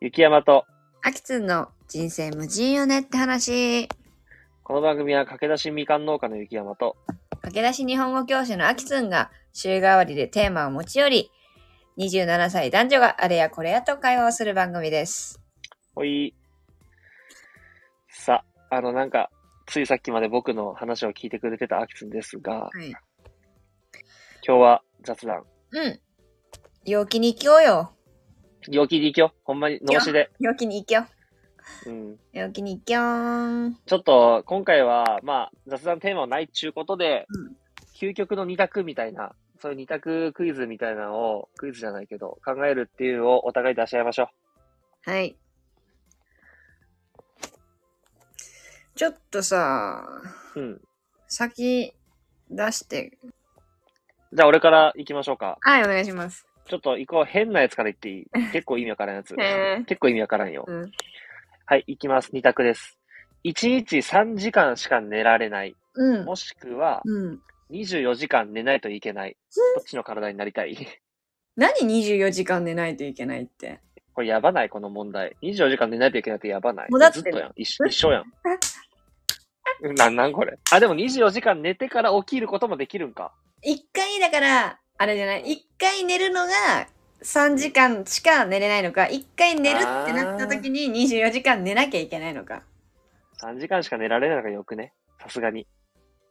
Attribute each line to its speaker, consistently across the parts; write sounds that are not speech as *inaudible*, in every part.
Speaker 1: 雪山と、
Speaker 2: アキツンの人生無人よねって話。
Speaker 1: この番組は駆け出しみかん農家の雪山と、
Speaker 2: 駆け出し日本語教師のアキツンが週替わりでテーマを持ち寄り、27歳男女があれやこれやと会話をする番組です。
Speaker 1: ほい。さ、あの、なんか、ついさっきまで僕の話を聞いてくれてたアキツンですが、
Speaker 2: はい。
Speaker 1: 今日は雑談。
Speaker 2: うん。陽気に行こうよ。
Speaker 1: 陽気でいきよ。ほんまに、脳死で。
Speaker 2: 陽気に行きよ。
Speaker 1: うん。
Speaker 2: 陽気に行きよーん。
Speaker 1: ちょっと、今回は、まあ、雑談テーマはないっちゅうことで、
Speaker 2: うん
Speaker 1: 究極の二択みたいな、そういう二択クイズみたいなのを、クイズじゃないけど、考えるっていうのをお互い出し合いましょう。
Speaker 2: はい。ちょっとさ、
Speaker 1: うん。
Speaker 2: 先出して。
Speaker 1: じゃあ、俺から行きましょうか。
Speaker 2: はい、お願いします。
Speaker 1: ちょっと、行こう。変なやつから言っていい結構意味わからんやつ。
Speaker 2: へー
Speaker 1: 結構意味わからんよ。
Speaker 2: うん。
Speaker 1: はい、行きます。二択です。1日3時間しか寝られない。
Speaker 2: うん。
Speaker 1: もしくは、
Speaker 2: うん。
Speaker 1: 24時間寝ないといけない。どっちの体になりたい *laughs*
Speaker 2: 何24時間寝ないといけないって。
Speaker 1: これやばない、この問題。24時間寝ないといけないってやばない。
Speaker 2: もうだって
Speaker 1: ずっとやん。一緒一緒やん。な、なんこれ。あ、でも24時間寝てから起きることもできるんか。
Speaker 2: 一回だから、あれじゃない、一回寝るのが3時間しか寝れないのか、一回寝るってなった時に24時間寝なきゃいけないのか。
Speaker 1: 3時間しか寝られないのがよくね。さすがに。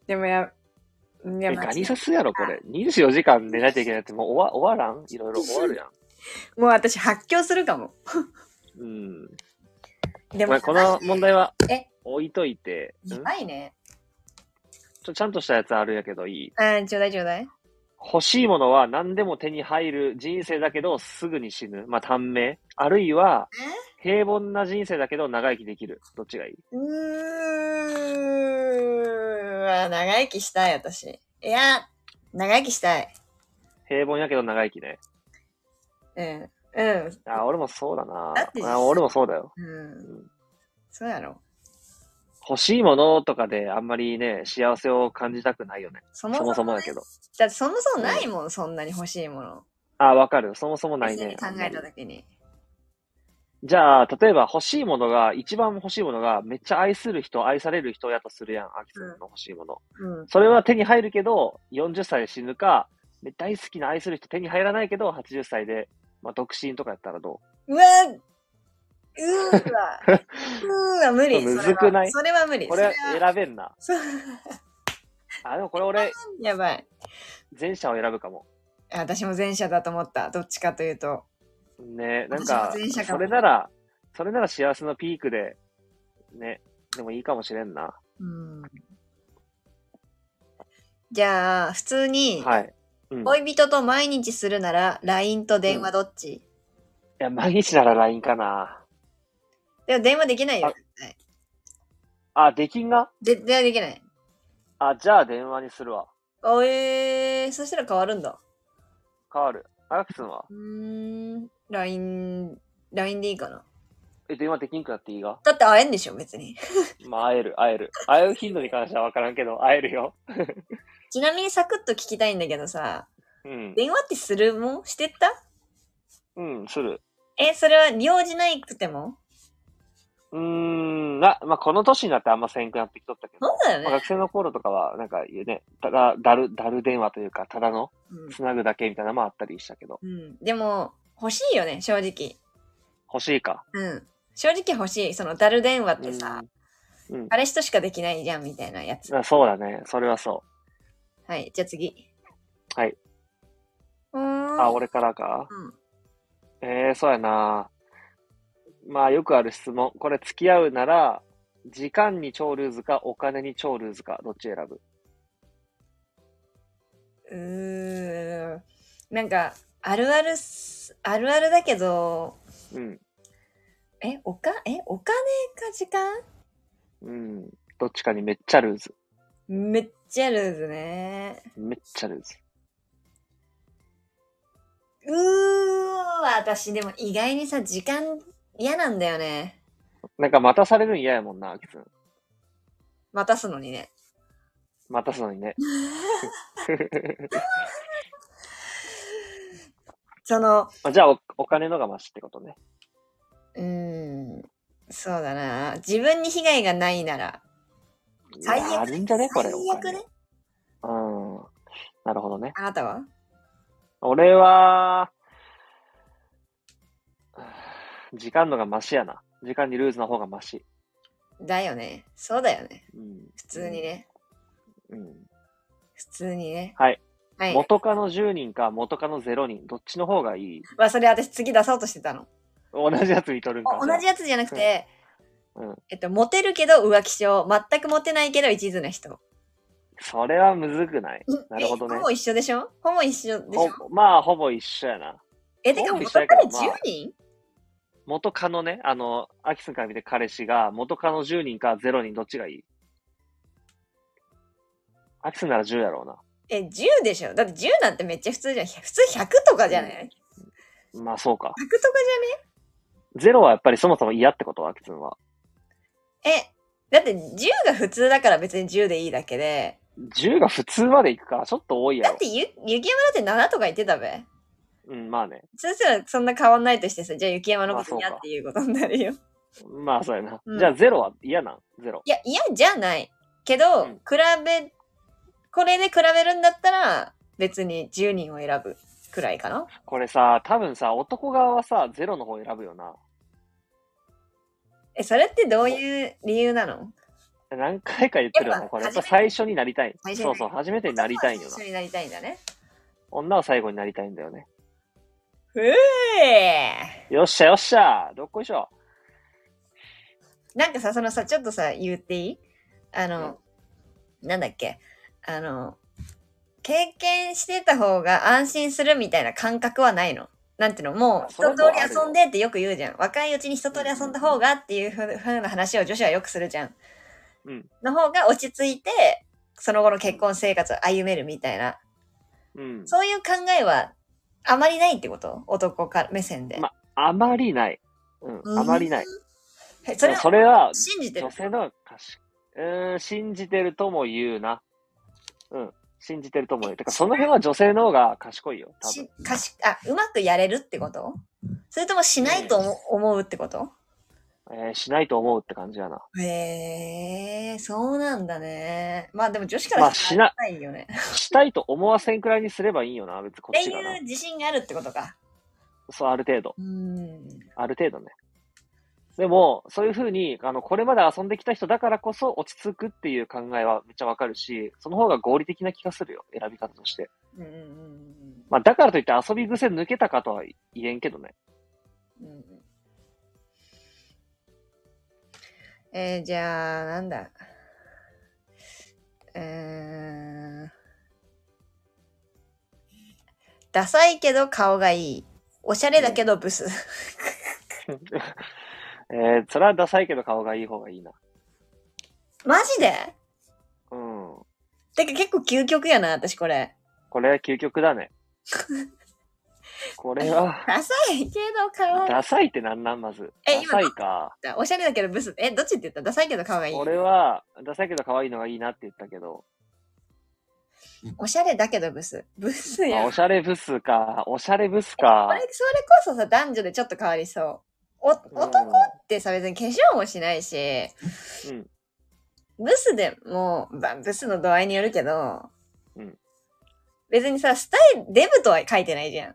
Speaker 2: でもや、いや
Speaker 1: え
Speaker 2: まあ
Speaker 1: ガニさすやろ、これ。24時間寝ないといけないってもう終わ終わらんいろいろ終わるやん。
Speaker 2: もう私発狂するかも。
Speaker 1: うん。
Speaker 2: で
Speaker 1: ま
Speaker 2: も
Speaker 1: あ、、この問題は
Speaker 2: え
Speaker 1: 置いといて、ん
Speaker 2: やばいね。
Speaker 1: ちょちゃんとしたやつあるんやけどいい
Speaker 2: うん、ちょうだいちょうだい。
Speaker 1: 欲しいものは何でも手に入る人生だけどすぐに死ぬ。まあ、短命。あるいは、平凡な人生だけど長生きできる。どっちがいいう
Speaker 2: ーわ、長生きしたい私。いや、長生きしたい。
Speaker 1: 平凡やけど長生きね。
Speaker 2: うん。うん。
Speaker 1: あ、俺もそうだな
Speaker 2: だって。
Speaker 1: あ俺もそうだよ。
Speaker 2: うん
Speaker 1: うん。
Speaker 2: そうやろ。
Speaker 1: 欲しいものとかであんまりね、幸せを感じたくないよね。
Speaker 2: そも
Speaker 1: そ
Speaker 2: そ
Speaker 1: も
Speaker 2: も
Speaker 1: そもだけど。
Speaker 2: だってそもそもないもん、そんなに欲しいもの。
Speaker 1: あ、わかる。そもそもない
Speaker 2: 普通
Speaker 1: ね
Speaker 2: に。考えた
Speaker 1: あんまり
Speaker 2: だけに。
Speaker 1: じゃあ、例えば欲しいものが、一番欲しいものが、めっちゃ愛する人、愛される人やとするやん。アキさんの欲しいもの。
Speaker 2: うん。
Speaker 1: それは手に入るけど、40歳で死ぬか、で大好きな愛する人手に入らないけど、80歳で、まあ、独身とかやったらど
Speaker 2: うわうーわうーわ無理。
Speaker 1: むずくない
Speaker 2: それはそれは無理。
Speaker 1: うこれ
Speaker 2: それは
Speaker 1: 選べんな。
Speaker 2: そう
Speaker 1: あ、でもこれ俺、
Speaker 2: やばい。
Speaker 1: 前者を選ぶかも。
Speaker 2: あ私も前者だと思った。どっちかというと。
Speaker 1: ねなんか
Speaker 2: 私も前者、か
Speaker 1: そ
Speaker 2: も
Speaker 1: れなら、それなら幸せのピークで、ね、でもいいかもしれんな。
Speaker 2: うん。じゃあ、普通に、
Speaker 1: はい。うん。い
Speaker 2: 恋人と毎日するなら、LINE と電話どっち、
Speaker 1: や、毎日なら LINE かな。
Speaker 2: でも電話できないよ
Speaker 1: あ。あ、できんが
Speaker 2: で電話できない。
Speaker 1: あ、じゃあ電話にするわ。
Speaker 2: おえー、そしたら変わるんだ。
Speaker 1: 変わる。アキスンは
Speaker 2: うーん、LINE、LINE でいいかな。
Speaker 1: え、電話できんくなっていいが
Speaker 2: だって会えんでしょ、別に。
Speaker 1: まあ、会える、会える。会う頻度に関しては分からんけど、会えるよ。
Speaker 2: ちなみにサクッと聞きたいんだけどさ、
Speaker 1: うん。
Speaker 2: 電話ってするもんしてった
Speaker 1: うん、する。
Speaker 2: え、それは用事ないくても
Speaker 1: うーん、な、まあ、この年になってあんませんくなってきとったけど、
Speaker 2: そうだよ
Speaker 1: まあ、
Speaker 2: ね。
Speaker 1: 学生の頃とかは、なんか言うね、ただ、だる、だる電話というか、ただの、つなぐだけみたいなのもあったりしたけど、
Speaker 2: うん。うん、でも、欲しいよね、正直。
Speaker 1: 欲しいか。
Speaker 2: うん。正直欲しい。その、ダル電話ってさ、
Speaker 1: うん。うん
Speaker 2: 彼氏としかできないじゃん、みたいなやつ。
Speaker 1: あそうだね。それはそ
Speaker 2: はい、じゃあ次。
Speaker 1: はい。
Speaker 2: う
Speaker 1: う。
Speaker 2: ーん。
Speaker 1: あ、俺からか。
Speaker 2: うん。
Speaker 1: ええー、そうやな。まあ、よくある質問。これ、付き合うなら、時間に超ルーズか、お金に超ルーズか、どっち選ぶ
Speaker 2: うーん。なんか、あるあるす、あるあるだけど、
Speaker 1: うん。
Speaker 2: え、おか、え、お金か時間
Speaker 1: うん。どっちかにめっちゃルーズ。
Speaker 2: めっちゃルーズね。
Speaker 1: めっちゃルーズ。
Speaker 2: うーわ、私でも意外にさ、時間嫌なんだよね。
Speaker 1: なんか待たされるん嫌やもんな、アキツン。
Speaker 2: 待たすのにね。
Speaker 1: 待たすのにね。
Speaker 2: その、
Speaker 1: まあじゃあお、お金のがマシってことね。
Speaker 2: うーん。そうだな。自分に被害がないなら。最悪ね
Speaker 1: いやあるんじゃねこれ。
Speaker 2: 最悪ね。
Speaker 1: お金うん。なるほどね。
Speaker 2: あなたは
Speaker 1: 俺は、時間のがマシやな。時間にルーズの方がマシ。
Speaker 2: だよね。そうだよね。
Speaker 1: うん。
Speaker 2: 普通にね。
Speaker 1: うん。
Speaker 2: 普通にね。
Speaker 1: はい。
Speaker 2: はい。
Speaker 1: 元カノ10人か元カノ0人、どっちの方がいい
Speaker 2: まあ、それ私次出そうとしてたの。
Speaker 1: 同じやつ見とるんか。
Speaker 2: お同じやつじゃなくて、
Speaker 1: うん
Speaker 2: えっと、モテるけど浮気症。全くモテないけど一途な人。
Speaker 1: それはむずくない。なるほど
Speaker 2: え
Speaker 1: ね
Speaker 2: ほ。ぼ一緒でしょほぼ一緒でしょ
Speaker 1: ほまあ、ほぼ一緒やな。
Speaker 2: え、てか
Speaker 1: ほぼ
Speaker 2: 元
Speaker 1: 一緒
Speaker 2: から
Speaker 1: やけど
Speaker 2: 10人、
Speaker 1: 元カノね、あの、アキスから見て彼氏が、元カノ10人か0人どっちがいいアキスなら10やろ
Speaker 2: え、10でしょだって10なんてめっちゃ普通じゃん。普通100とかじゃない ?100 とか
Speaker 1: うな。まあそうか。
Speaker 2: じゃ
Speaker 1: 0はやっぱりそもそも嫌ってことアキスは。
Speaker 2: ねえ、だって10が普通だから別に10でいいだけで。
Speaker 1: 10が普通までいくか、ちょっと多いや
Speaker 2: だ
Speaker 1: ろ
Speaker 2: っ。てゆ、雪山だって7とか言ってたべ。
Speaker 1: うん、まあね。
Speaker 2: そしたらそんな変わんないとしてさ、じゃあ雪山のこと嫌っていうことになるよ。
Speaker 1: まあそうやな。
Speaker 2: うん
Speaker 1: じゃあ0は嫌なん ?0。
Speaker 2: *laughs* いや、嫌じゃない。けど、
Speaker 1: うん
Speaker 2: 比べ、これで比べるんだったら、別に10人を選ぶくらいかな。
Speaker 1: これさ、多分さ、男側はさ、0の方選ぶよな。
Speaker 2: え、それってどういう理由なの
Speaker 1: 何回か言ってるよな、
Speaker 2: やっぱ
Speaker 1: これ。やっぱ
Speaker 2: 初め
Speaker 1: 最初になりたい。
Speaker 2: 最初に
Speaker 1: そうそう、初めてになりたいんよな
Speaker 2: 一緒。になりたいんだね。
Speaker 1: 女は最後になりたいんだよね。
Speaker 2: ふえ
Speaker 1: よっしゃよっしゃどっこいしょ。
Speaker 2: なんかさ、そのさ、ちょっとさ、言っていいあの、なんだっけあの、経験してた方が安心するみたいな感覚はないのなんていうのもう
Speaker 1: あ
Speaker 2: 一
Speaker 1: それ
Speaker 2: 通
Speaker 1: はもうあるよ
Speaker 2: り遊んでってよく言うじゃん。若いうちに一通り遊んだ方がっていうふうふうな話を女子はよくするじゃん。
Speaker 1: うん
Speaker 2: の方が落ち着いて、その後の結婚生活を歩めるみたいな。
Speaker 1: うん。
Speaker 2: そういう考えはあまりないってこと男から目線で。
Speaker 1: まあまりない。う
Speaker 2: うん
Speaker 1: ん、あまりない。
Speaker 2: えそ
Speaker 1: そ
Speaker 2: れ
Speaker 1: れ
Speaker 2: は
Speaker 1: それは、
Speaker 2: 信じてる
Speaker 1: 女。性の方が賢い。うーん、信じてるとも言うな。うん、信じてるとも言う。てか、その辺は女性の方が賢いよ、多分
Speaker 2: し。かしあうまくやれるってことそれともしないと思,、う思うってこと
Speaker 1: えーしないと思うって感じやな。
Speaker 2: へえそうなんだねまあでも女子か
Speaker 1: ま
Speaker 2: ら
Speaker 1: あしな
Speaker 2: たいよね、
Speaker 1: したいと思わせんくらいにすればいいんよな、別にこっ
Speaker 2: って
Speaker 1: ちがな
Speaker 2: いう。自信があるってことか
Speaker 1: そう、ある程度。
Speaker 2: うーん
Speaker 1: ある程度ね。でも、そういうふうに、あの、これまで遊んできた人だからこそ落ち着くっていう考えはめっちゃわかるし、その方が合理的な気がするよ、選び方として。
Speaker 2: うんうん
Speaker 1: まあ、だからといって遊び癖抜けたかとは言えんけどね。
Speaker 2: うんうんえー、じゃあなんだうーんダサいけど顔がいいおしゃれだけどブス、
Speaker 1: えー、それはダサいけど顔がいい方がいいな。
Speaker 2: マジで
Speaker 1: うん。
Speaker 2: てか結構究極やな、私これ。
Speaker 1: これは究極だね。これは、
Speaker 2: ダサいけど顔が
Speaker 1: ダサいってなんなんまず。
Speaker 2: え
Speaker 1: ダ
Speaker 2: 今
Speaker 1: サいか。
Speaker 2: おしゃれだけどブス。え、どっちって言ったダサいけど顔がいい。
Speaker 1: 俺は、ダサいけど可愛いのがいいなって言ったけど、
Speaker 2: おしゃれだけどブス。ブス
Speaker 1: まあ
Speaker 2: やん。
Speaker 1: おしゃれブスか、おしゃれブスか
Speaker 2: あ。れ、それこそさ、男女でちょっと変わりそう。お
Speaker 1: うん
Speaker 2: 男ってさ、別に化粧もしないし、
Speaker 1: うん
Speaker 2: ブスでも、まあブスの度合いによるけど、
Speaker 1: うん
Speaker 2: 別にさ、スタイル、デブとは書いてないじゃん。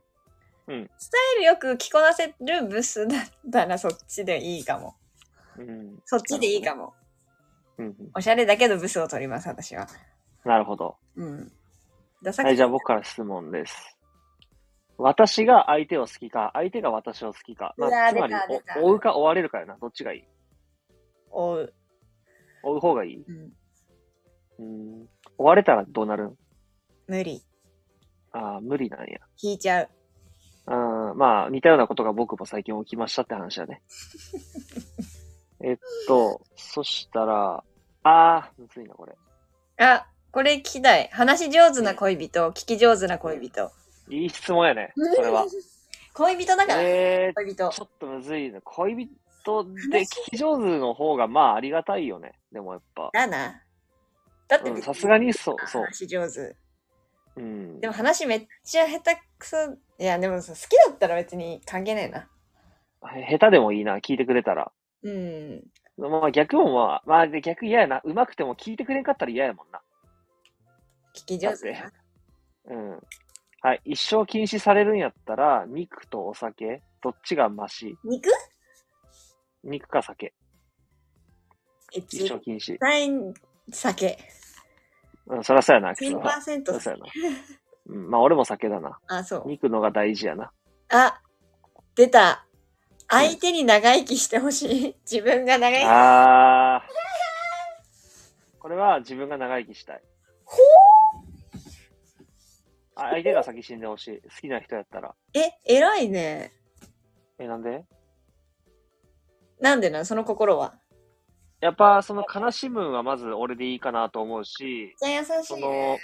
Speaker 1: うん
Speaker 2: スタイルよく着こなせるブスだったらそっちでいいかも。
Speaker 1: うん。
Speaker 2: そっちでいいかも。
Speaker 1: うん。
Speaker 2: おしゃれだけどブスを取ります、私は。
Speaker 1: なるほど。
Speaker 2: うん。ダサく
Speaker 1: はい、じゃあ僕から質問です。私が相手を好きか、相手が私を好きか。ま
Speaker 2: うわ
Speaker 1: あ、
Speaker 2: ー
Speaker 1: つまり
Speaker 2: 出た出た、
Speaker 1: お追うか追われるかやな。どっちがいい
Speaker 2: 追う。
Speaker 1: 追う方がいい
Speaker 2: うん
Speaker 1: うん。追われたらどうなるん
Speaker 2: 無理。
Speaker 1: ああ、無理なんや。
Speaker 2: 引いちゃう。
Speaker 1: うん、まあ、似たようなことが僕も最近起きましたって話
Speaker 2: *laughs*
Speaker 1: だね。えっと、そしたら、あー、むずいな、これ。
Speaker 2: あ、これ聞きたい。話し上手な恋人、聞き上手な恋人。
Speaker 1: いい質問やね、それは。
Speaker 2: 恋人だから、
Speaker 1: え
Speaker 2: 恋人
Speaker 1: ー、。ちょっとむずいな。恋人で聞き上手の方が、まあ、ありがたいよね。でもやっぱ。
Speaker 2: だな。だって
Speaker 1: うん、
Speaker 2: 別に
Speaker 1: さすがに、そう、そう。
Speaker 2: 話し上手。
Speaker 1: うん
Speaker 2: で。も話めっちゃ下手くそ。いや、でもさ、好きだったら別に関係ないな。
Speaker 1: へ下手でもいいな、聞いてくれたら。
Speaker 2: うん。
Speaker 1: まあ逆もまあ、まあで逆嫌やな。うまくても聞いてくれんかったら嫌やもんな。
Speaker 2: 聞き上手だな。
Speaker 1: うん。はい。一生禁止されるんやったら、肉とお酒、どっちがマシ
Speaker 2: 肉
Speaker 1: 肉か酒。
Speaker 2: え、
Speaker 1: 一
Speaker 2: 絶
Speaker 1: 生禁止。
Speaker 2: 対酒。
Speaker 1: うん、そらそうやな、キスは。そら
Speaker 2: 100%
Speaker 1: そう
Speaker 2: 酒。
Speaker 1: やな。うん、まあ俺も酒だな。
Speaker 2: あ、そう。
Speaker 1: 肉のが大事やな。
Speaker 2: あ、出た。相手に長生きしてほしい。自分が長生き。
Speaker 1: あー。これは自分が長生きしたい。
Speaker 2: ほ
Speaker 1: あ相手が先死んでほしい。好きな人やったら。
Speaker 2: え、偉いね。
Speaker 1: え、なんで
Speaker 2: なんでなんその心は。
Speaker 1: やっぱその悲しむんはまず俺でいいかなと思うし、
Speaker 2: じゃあ優し
Speaker 1: そ
Speaker 2: いね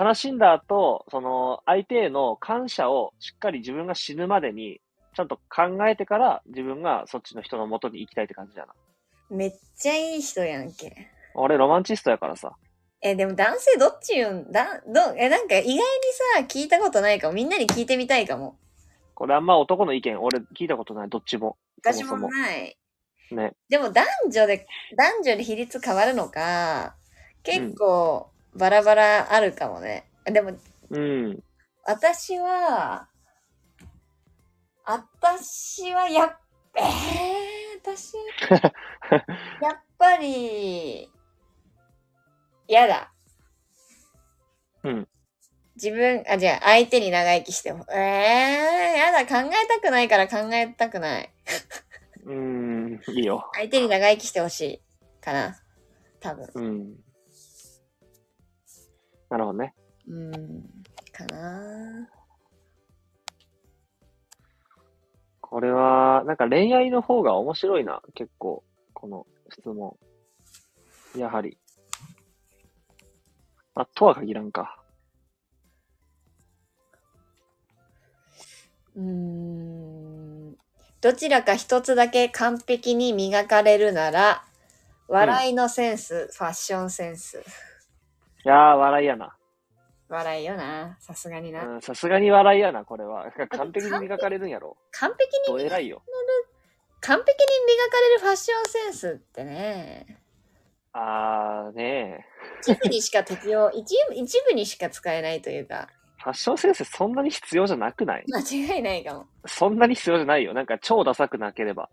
Speaker 1: の。、悲しんだ後、その、相手への感謝をしっかり自分が死ぬまでに、ちゃんと考えてから自分がそっちの人の元に行きたいって感じだな。
Speaker 2: めっちゃいい人やんけ。
Speaker 1: 俺ロマンチストやからさ。
Speaker 2: え、でも男性どっち言うんだどえ、なんか意外にさ、聞いたことないかも。みんなに聞いてみたいかも。
Speaker 1: これあんま男の意見、俺聞いたことない、どっちも。
Speaker 2: 私
Speaker 1: そも
Speaker 2: もない。
Speaker 1: そもね。
Speaker 2: でも男女で、男女で比率変わるのか、結構バラバラあるかもね。でも
Speaker 1: うん。
Speaker 2: 私は、私はやっ、えー、
Speaker 1: *laughs*
Speaker 2: 私、やっぱり、やだ。
Speaker 1: うん。
Speaker 2: 自分、あ、じゃあ相手に長生きしても、えー、やだ、考えたくないから考えたくない。
Speaker 1: うん、いいよ。
Speaker 2: 相手に長生きしてほしいかな。多分。
Speaker 1: うん。なるほどね。
Speaker 2: うん。かな
Speaker 1: これは、なんか恋愛の方が面白いな、結構。この質問。やはり。まあ、とは限らんか。
Speaker 2: うーんどちらか一つだけ完璧に磨かれるなら、笑いのセンス、ファッションセンス。
Speaker 1: いやー、笑いやな。
Speaker 2: 笑いよな、さすがにな。
Speaker 1: うんさすがに笑いやな、これは。完璧に磨かれるんやろ。
Speaker 2: 完璧に、
Speaker 1: どえら *laughs* いよ。
Speaker 2: 完璧に磨かれるファッションセンスってね、
Speaker 1: *laughs* あーねえ。
Speaker 2: 一部にしか適用、一部一部にしか使えないというか、
Speaker 1: ファッションセンスそんなに必要じゃなくない
Speaker 2: 間違いないかも。
Speaker 1: そんなに必要じゃないよ。なんか超ダサくなければ。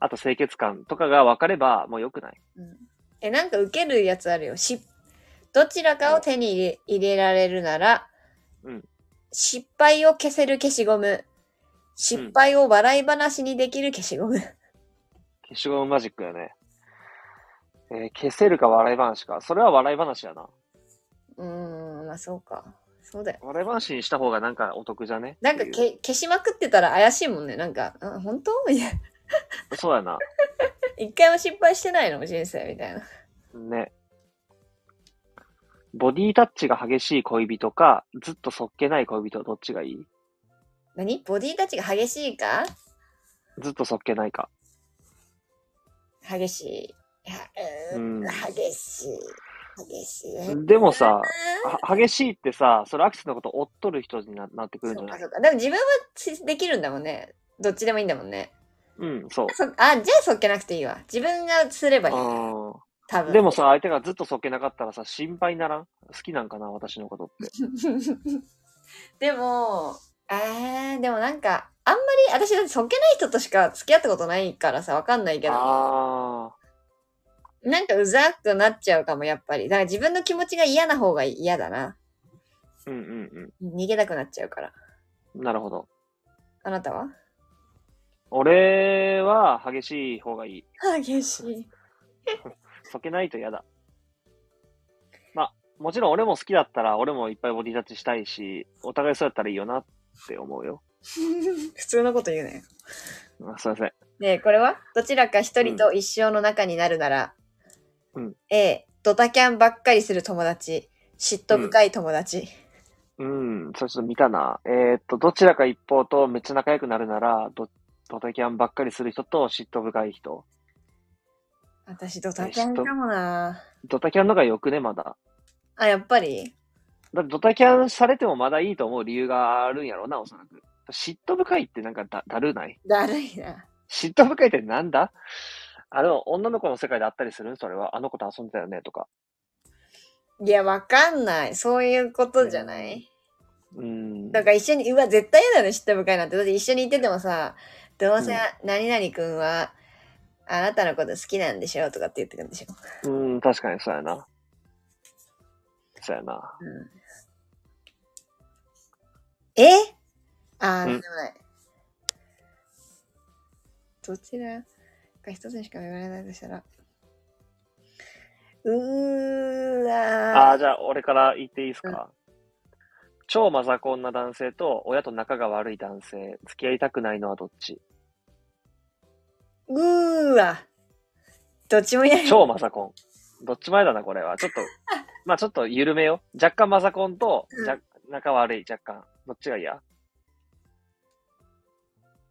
Speaker 1: あと清潔感とかが分かればもう良くない。
Speaker 2: うんえ、なんか受けるやつあるよ。しどちらかを手に入れ入れられるなら、
Speaker 1: うん
Speaker 2: 失敗を消せる消しゴム。失敗を笑い話にできる消しゴム。
Speaker 1: 消しゴムマジックだね。えー消せるか笑い話か。それは笑い話やな。
Speaker 2: うーん、まあそうか。そうだよ。
Speaker 1: 笑い話にした方がなんかお得じゃね
Speaker 2: なんか
Speaker 1: っていう
Speaker 2: け消しまくってたら怪しいもんね。なんか、あ本当みたいな。 *laughs*
Speaker 1: そうやな。
Speaker 2: 一回も失敗してないの人生みたいな。
Speaker 1: ね。ボディタッチが激しい恋人か、ずっとそっけない恋人、どっちがいい
Speaker 2: 何ボディタッチが激しいか
Speaker 1: ずっとそっけないか。
Speaker 2: 激しい。いやうーん
Speaker 1: うん
Speaker 2: 激しい。激しい。
Speaker 1: でもさ、
Speaker 2: あー
Speaker 1: は激しいってさ、それアクセスのこと追っとる人にななってくるんじ
Speaker 2: そ
Speaker 1: ゃ
Speaker 2: う
Speaker 1: な
Speaker 2: か
Speaker 1: い
Speaker 2: そうか。でも自分はしできるんだもんね。どっちでもいいんだもんね。
Speaker 1: うん、そう。
Speaker 2: そあ、じゃあそっけなくていいわ。自分がすればいい。
Speaker 1: う
Speaker 2: 多
Speaker 1: ん
Speaker 2: 分。
Speaker 1: でもさ、相手がずっとそっけなかったらさ、心配にならん好きなんかな、私のことって。
Speaker 2: でも、えー、でもなんか、あんまり、私だってそっけない人としか付き合ったことないからさ、わかんないけど、
Speaker 1: あ
Speaker 2: なんかうざくなっちゃうかも、やっぱり。だから自分の気持ちが嫌な方が嫌だな。
Speaker 1: ー。うんうん
Speaker 2: 逃げたくなっちゃうから。
Speaker 1: うん。なるほど。
Speaker 2: あなたは
Speaker 1: 俺は激しい方がいい。
Speaker 2: 激しい。
Speaker 1: そけないと嫌だ。まあ、もちろん俺も好きだったら、俺もいっぱいボディタッチしたいし、お互いそうやったらいいよなって思うよ。
Speaker 2: 普通のこと言うね。
Speaker 1: あすいません。
Speaker 2: ねえ、これはどちらか一人と一生の中になるなら、
Speaker 1: うん
Speaker 2: A、ドタキャンばっかりする友達、嫉妬深い友達。
Speaker 1: うん、それちょっと見たな。えーっと、どちらか一方とめっちゃ仲良くなるなら、ど、ドタキャンばっかりする人と嫉妬深い人。
Speaker 2: 私、ドタキャンかもな。
Speaker 1: ドタキャンの方がよくね、まだ。
Speaker 2: あ、やっぱり
Speaker 1: だってドタキャンされてもまだいいと思う理由があるんやろうな、おそらく。嫉妬深いってなんかだだるない
Speaker 2: だるいな。
Speaker 1: 嫉妬深いってなんだあの、女の子の世界であったりするそれは。あの子と遊んでたよねとか。
Speaker 2: いや、わかんない。そういうことじゃない、
Speaker 1: うん。
Speaker 2: だから一緒に、うわ、絶対嫌だよね、知った深いなんて。だって一緒にいててもさ、どうせ
Speaker 1: うん、
Speaker 2: 何々くんは、あなたのこと好きなんでしょとかって言ってくるんでしょ。
Speaker 1: うん、確かにそうやな。そうやな。
Speaker 2: えあー、
Speaker 1: う
Speaker 2: なんんでもない。どちらか一つにしか言われないとしたら。う
Speaker 1: あ
Speaker 2: ーわ
Speaker 1: あー、じゃあ俺から言っていいですか、超マザコンな男性と親と仲が悪い男性、付き合いたくないのはどっち
Speaker 2: うーわどっちも嫌
Speaker 1: *laughs*
Speaker 2: い。
Speaker 1: 超マザコン。どっち前だな、これは。
Speaker 2: *laughs*
Speaker 1: ちょっと、まあちょっと緩めよ。若干マザコンと、じゃ仲悪い、若干。どっちが嫌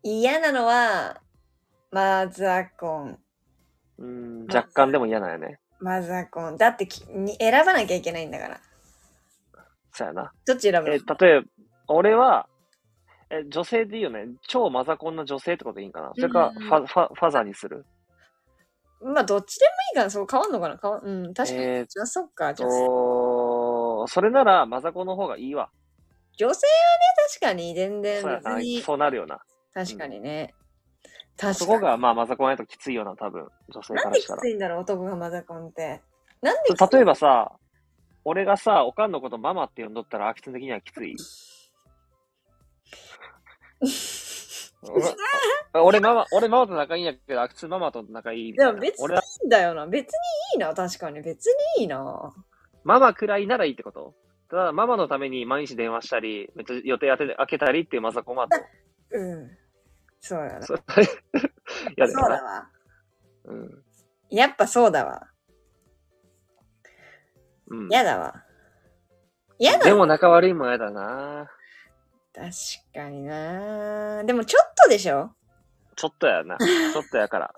Speaker 2: 嫌なのは、マザコン。
Speaker 1: うん、若干でも嫌なんやね。
Speaker 2: マザコン。だってきに選ばなきゃいけないんだから。
Speaker 1: そうやな。
Speaker 2: どっち選ぶの
Speaker 1: え、例えば、俺は、え、女性でいいよね。超マザコンな女性ってことでいいんかな。それか、
Speaker 2: うん
Speaker 1: ファ、ファ、ファザーにする。
Speaker 2: まあ、どっちでもいいから、そう変わんのかな変わんうん、確かに。
Speaker 1: えー
Speaker 2: じゃあ、そっか。じゃあ
Speaker 1: と、それなら、マザコンの方がいいわ。
Speaker 2: 女性はね、確かに、全然
Speaker 1: そうや
Speaker 2: 別
Speaker 1: な
Speaker 2: に。。
Speaker 1: そうなるよな。
Speaker 2: 確かにね。確か
Speaker 1: そ
Speaker 2: に。
Speaker 1: こが、まあ、マザコンやときついよな、多分。女性
Speaker 2: な
Speaker 1: か
Speaker 2: ん
Speaker 1: ら
Speaker 2: で
Speaker 1: した
Speaker 2: き
Speaker 1: ら
Speaker 2: つ。いんだろう、男がマザコンって。なんできつい
Speaker 1: 例えばさ、俺がさ、おかんのことママって呼んどったら、アキツン的にはきつ
Speaker 2: *laughs*
Speaker 1: いお俺ママ、俺ママと仲いいんやけど、アキツンママと仲いいみたいな。
Speaker 2: でも別に
Speaker 1: 俺は
Speaker 2: なんだよな。別にいいな、確かに。別にいいな。
Speaker 1: ママくらいならいいってことただ、ママのために毎日電話したり、めっちゃ予定当てて開けたりっていうマザコンマと。
Speaker 2: うん。そうやな。 *laughs* そ
Speaker 1: そう *laughs* や
Speaker 2: う
Speaker 1: だよ
Speaker 2: だ
Speaker 1: な。
Speaker 2: わ。
Speaker 1: うん。
Speaker 2: やっぱそうだわ。
Speaker 1: うん。
Speaker 2: 嫌だわ。嫌だ
Speaker 1: で
Speaker 2: わ。
Speaker 1: も仲悪いもんやだな。
Speaker 2: 確かにな。でもちょっとでしょ
Speaker 1: ちょっとやな。ちょっとや
Speaker 2: *laughs*
Speaker 1: から。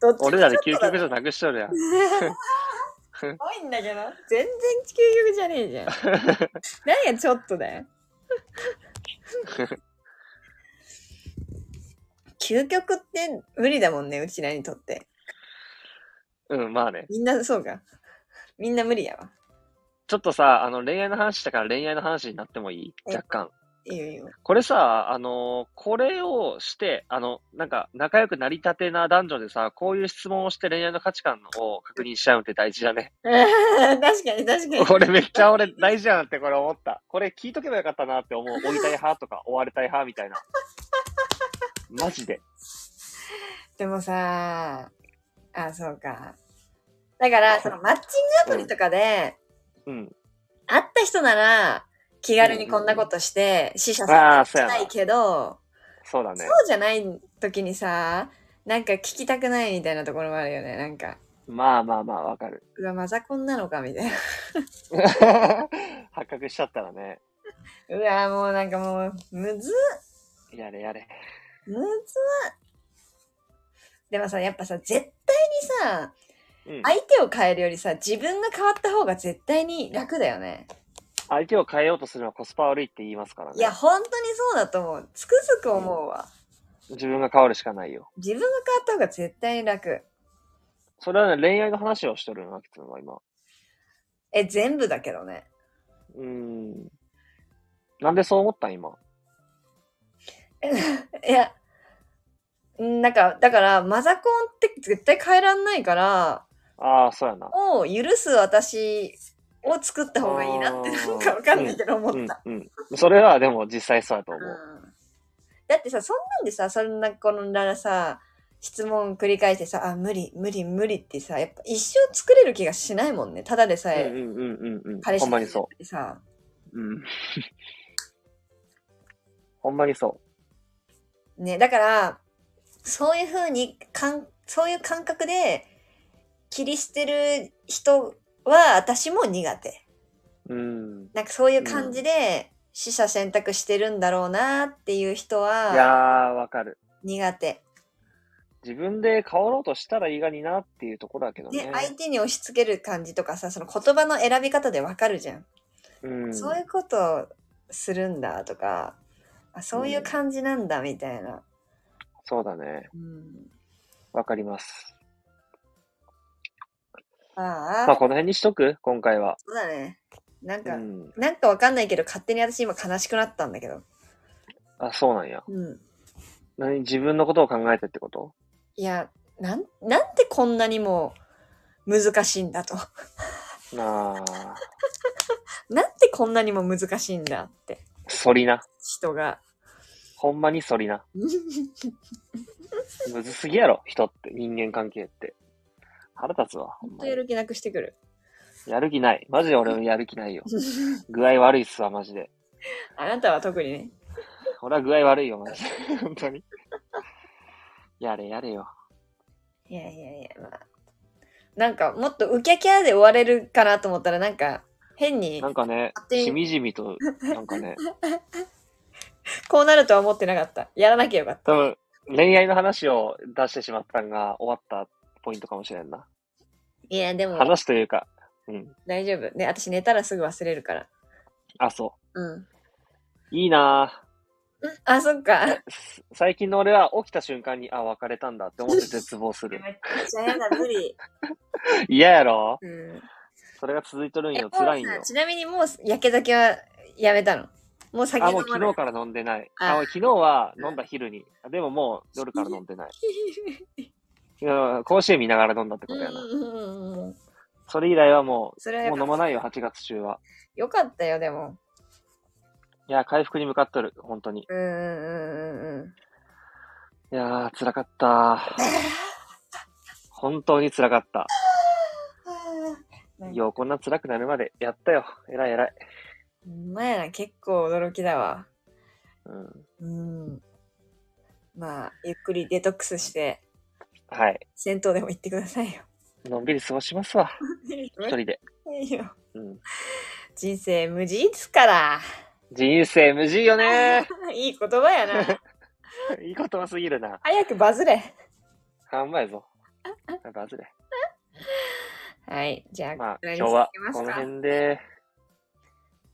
Speaker 2: どっちも
Speaker 1: 俺らで
Speaker 2: ちょ
Speaker 1: 究
Speaker 2: っとだ
Speaker 1: 極じゃなくしとるやん。
Speaker 2: *laughs* すごいんだけど。全然究極じゃねえじゃん。何や、ちょっとだよ。究極って無理だもんね、うちらにとって。
Speaker 1: うん、まあね。
Speaker 2: みんなそうか。みんな無理やわ。
Speaker 1: ちょっとさ、あの、恋愛の話したから恋愛の話になってもいい
Speaker 2: え
Speaker 1: 若干。
Speaker 2: いいよいいよ。
Speaker 1: これさ、あのこれをして、あの、なんか、仲良くなりたてな男女でさ、こういう質問をして恋愛の価値観を確認しちゃうって大事だね。
Speaker 2: *laughs* 確かに確かに。
Speaker 1: これめっちゃ俺大事やなってこれ思った。これ聞いとけばよかったなって思う。追いたい派とか追われたい派み *laughs* たいな。マジで。
Speaker 2: *laughs* でもさ、あ、そうか。だから、そのマッチングアプリとかで、
Speaker 1: うん。
Speaker 2: 会った人なら、気軽にこんなことして、死者
Speaker 1: あ
Speaker 2: さ
Speaker 1: あ *laughs* そ
Speaker 2: せ
Speaker 1: うやな
Speaker 2: たいけど、
Speaker 1: そうだね
Speaker 2: そう。じゃない時にさ、なんか聞きたくないみたいなところもあるよね。なんか、
Speaker 1: まあまあまあわかる。 *laughs*
Speaker 2: うわ、マザコンなのかみたいな。 *laughs*
Speaker 1: 発覚しちゃったらね。
Speaker 2: うわ、もうなんかもう、むず、
Speaker 1: やれやれ。
Speaker 2: むずっ。でもさ、やっぱさ、絶対にさ、
Speaker 1: うん。
Speaker 2: 相手を変えるよりさ、自分が変わった方が絶対に楽だよね。
Speaker 1: 相手を変えようとするのはコスパ悪いって言いますから
Speaker 2: いや、
Speaker 1: ね。
Speaker 2: 本当にそうだと思う。つくづく思うわ。
Speaker 1: 自分が変わるしかないよ。
Speaker 2: 自分が変わった方が絶対に楽。
Speaker 1: それはね、恋愛の話をしとるな、きつは今。
Speaker 2: え、全部だけどね。
Speaker 1: うーん。なんでそう思ったん今。
Speaker 2: いや、んなんか、だから、マザコンって絶対変えらんないから、
Speaker 1: ああ、そうやな。
Speaker 2: を許す私を作った方がいいなって、
Speaker 1: あー
Speaker 2: なんかわかんないけど思った。
Speaker 1: うん、うん。それはでも実際そうやと思う。
Speaker 2: うんだってさ、そんなんでさ、そんなこのならさ、質問繰り返してさ、あ、無理、無理、無理ってさ、やっぱ一生作れる気がしないもんね。ただでさ
Speaker 1: う
Speaker 2: え、
Speaker 1: んうんうんうんうん。
Speaker 2: 彼氏
Speaker 1: ほんまにそう。
Speaker 2: う。さ、
Speaker 1: うん。 *laughs* ほんまにそ
Speaker 2: ね、だから、そういうふうにかん、そういう感覚で切り捨てる人は私も苦手。
Speaker 1: う。うん。
Speaker 2: なんかそういう感じで、死者選択してるんだろうなっていう人
Speaker 1: い
Speaker 2: は
Speaker 1: やー、わかる。
Speaker 2: 苦手。
Speaker 1: 自分で変わろうとしたらいいがになっていうところだけどね。
Speaker 2: ね、相手に押し付ける感じとかさ、その言葉の選び方でわかるじゃん。
Speaker 1: うん、
Speaker 2: そういうことするんだとか、あそういう感じなんだみたいな。
Speaker 1: そうだね。
Speaker 2: うん、
Speaker 1: わかります。
Speaker 2: ああ、
Speaker 1: まあ、この辺にしとく今回は。
Speaker 2: そうだね。なん
Speaker 1: う
Speaker 2: か、
Speaker 1: ん。
Speaker 2: なんかわかんないけど、勝手に私今悲しくなったんだけど。
Speaker 1: あ、そうなんや。
Speaker 2: うん。
Speaker 1: 何自分のことを考えてってこと
Speaker 2: いや、なん、なんでこんなにも難しいんだと。 *laughs*
Speaker 1: なあ、
Speaker 2: なんでこんなにも難しいんだって、
Speaker 1: そりな。
Speaker 2: 人が。
Speaker 1: ほんまにそり
Speaker 2: *laughs*
Speaker 1: な。むずすぎやろ、人って、人間関係って。腹立つわ。ほん
Speaker 2: ほん
Speaker 1: ま
Speaker 2: と
Speaker 1: に
Speaker 2: やる気なくしてくる。
Speaker 1: やる気ない。マジで俺もやる気
Speaker 2: *laughs*
Speaker 1: ないよ。具合悪いっすわ、マジで。
Speaker 2: あなたは特にね。
Speaker 1: 俺は具合悪いよ、マジで。本当に。やれやれよ。
Speaker 2: いやいやいや、まあ。なんか、もっとウキャキャで終われるかなと思ったら、なんか、変に
Speaker 1: な、んかね
Speaker 2: 勝、手に
Speaker 1: しみじみと、なんかね、
Speaker 2: こうなるとは思ってなかった。やらなきゃよかった。
Speaker 1: 多分、恋愛の話を出してしまったんが終わったポイントかもしれんな。
Speaker 2: いや、でも、
Speaker 1: 話というか、うん。
Speaker 2: 大丈夫。ね、私寝たらすぐ忘れるから。
Speaker 1: あ、そ
Speaker 2: うん。ん
Speaker 1: う。いいな
Speaker 2: あ、そっか。めっ
Speaker 1: ぁ。す最近の俺は起きた瞬間に、あ、別れたんだって思って絶望する。
Speaker 2: *laughs* ちゃ嫌だ、無理。
Speaker 1: 嫌やろ
Speaker 2: うん。
Speaker 1: それが続いとるん
Speaker 2: え
Speaker 1: よ
Speaker 2: も。う
Speaker 1: 辛いんよ
Speaker 2: さ。ちなみにもう焼け酒はやめたのもう酒
Speaker 1: あ、
Speaker 2: 飲
Speaker 1: も
Speaker 2: ま
Speaker 1: う昨
Speaker 2: な
Speaker 1: 日
Speaker 2: い
Speaker 1: から飲んでない。
Speaker 2: あ
Speaker 1: あ、俺昨日は飲んだ昼に。でももう夜から飲んでない。いや甲子園見ながら飲んだって
Speaker 2: *laughs* う
Speaker 1: こと
Speaker 2: ん
Speaker 1: やな。
Speaker 2: うんうんうんうん
Speaker 1: それ以来はも
Speaker 2: それ
Speaker 1: う、
Speaker 2: はや
Speaker 1: も
Speaker 2: っ
Speaker 1: う
Speaker 2: ぱ
Speaker 1: 飲まないよ、8月中は。
Speaker 2: よかったよでも
Speaker 1: いや、回復に向かっとる、本当に。
Speaker 2: うんうんうんうんうん
Speaker 1: いやー、辛か
Speaker 2: *laughs*
Speaker 1: った。本当に辛かった。
Speaker 2: あー
Speaker 1: よう、こんな辛くなるまでやったよ。偉い偉い。
Speaker 2: ほんまやな結構驚きだわ
Speaker 1: うん。
Speaker 2: うんまあゆっくりデトックスして
Speaker 1: はい。
Speaker 2: 銭湯でも行ってくださいよ
Speaker 1: のんびり過ごしますわ。一人で。
Speaker 2: いいよ
Speaker 1: うん。
Speaker 2: 人生無事ですから
Speaker 1: 人生無事よね
Speaker 2: いい言葉やな
Speaker 1: ー。 *laughs* いい言葉すぎるな。
Speaker 2: 早くバズれ
Speaker 1: あんまやぞ。バズれ。
Speaker 2: はいじゃあ、
Speaker 1: まあ、
Speaker 2: これ
Speaker 1: 今
Speaker 2: に
Speaker 1: 日は
Speaker 2: しときます
Speaker 1: こ
Speaker 2: か
Speaker 1: の辺で、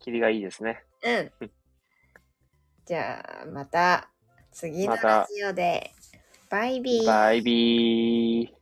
Speaker 1: キリがいいですね。
Speaker 2: うん。じゃあ、また次の
Speaker 1: また
Speaker 2: ラジオで。バイビー。
Speaker 1: バイビー。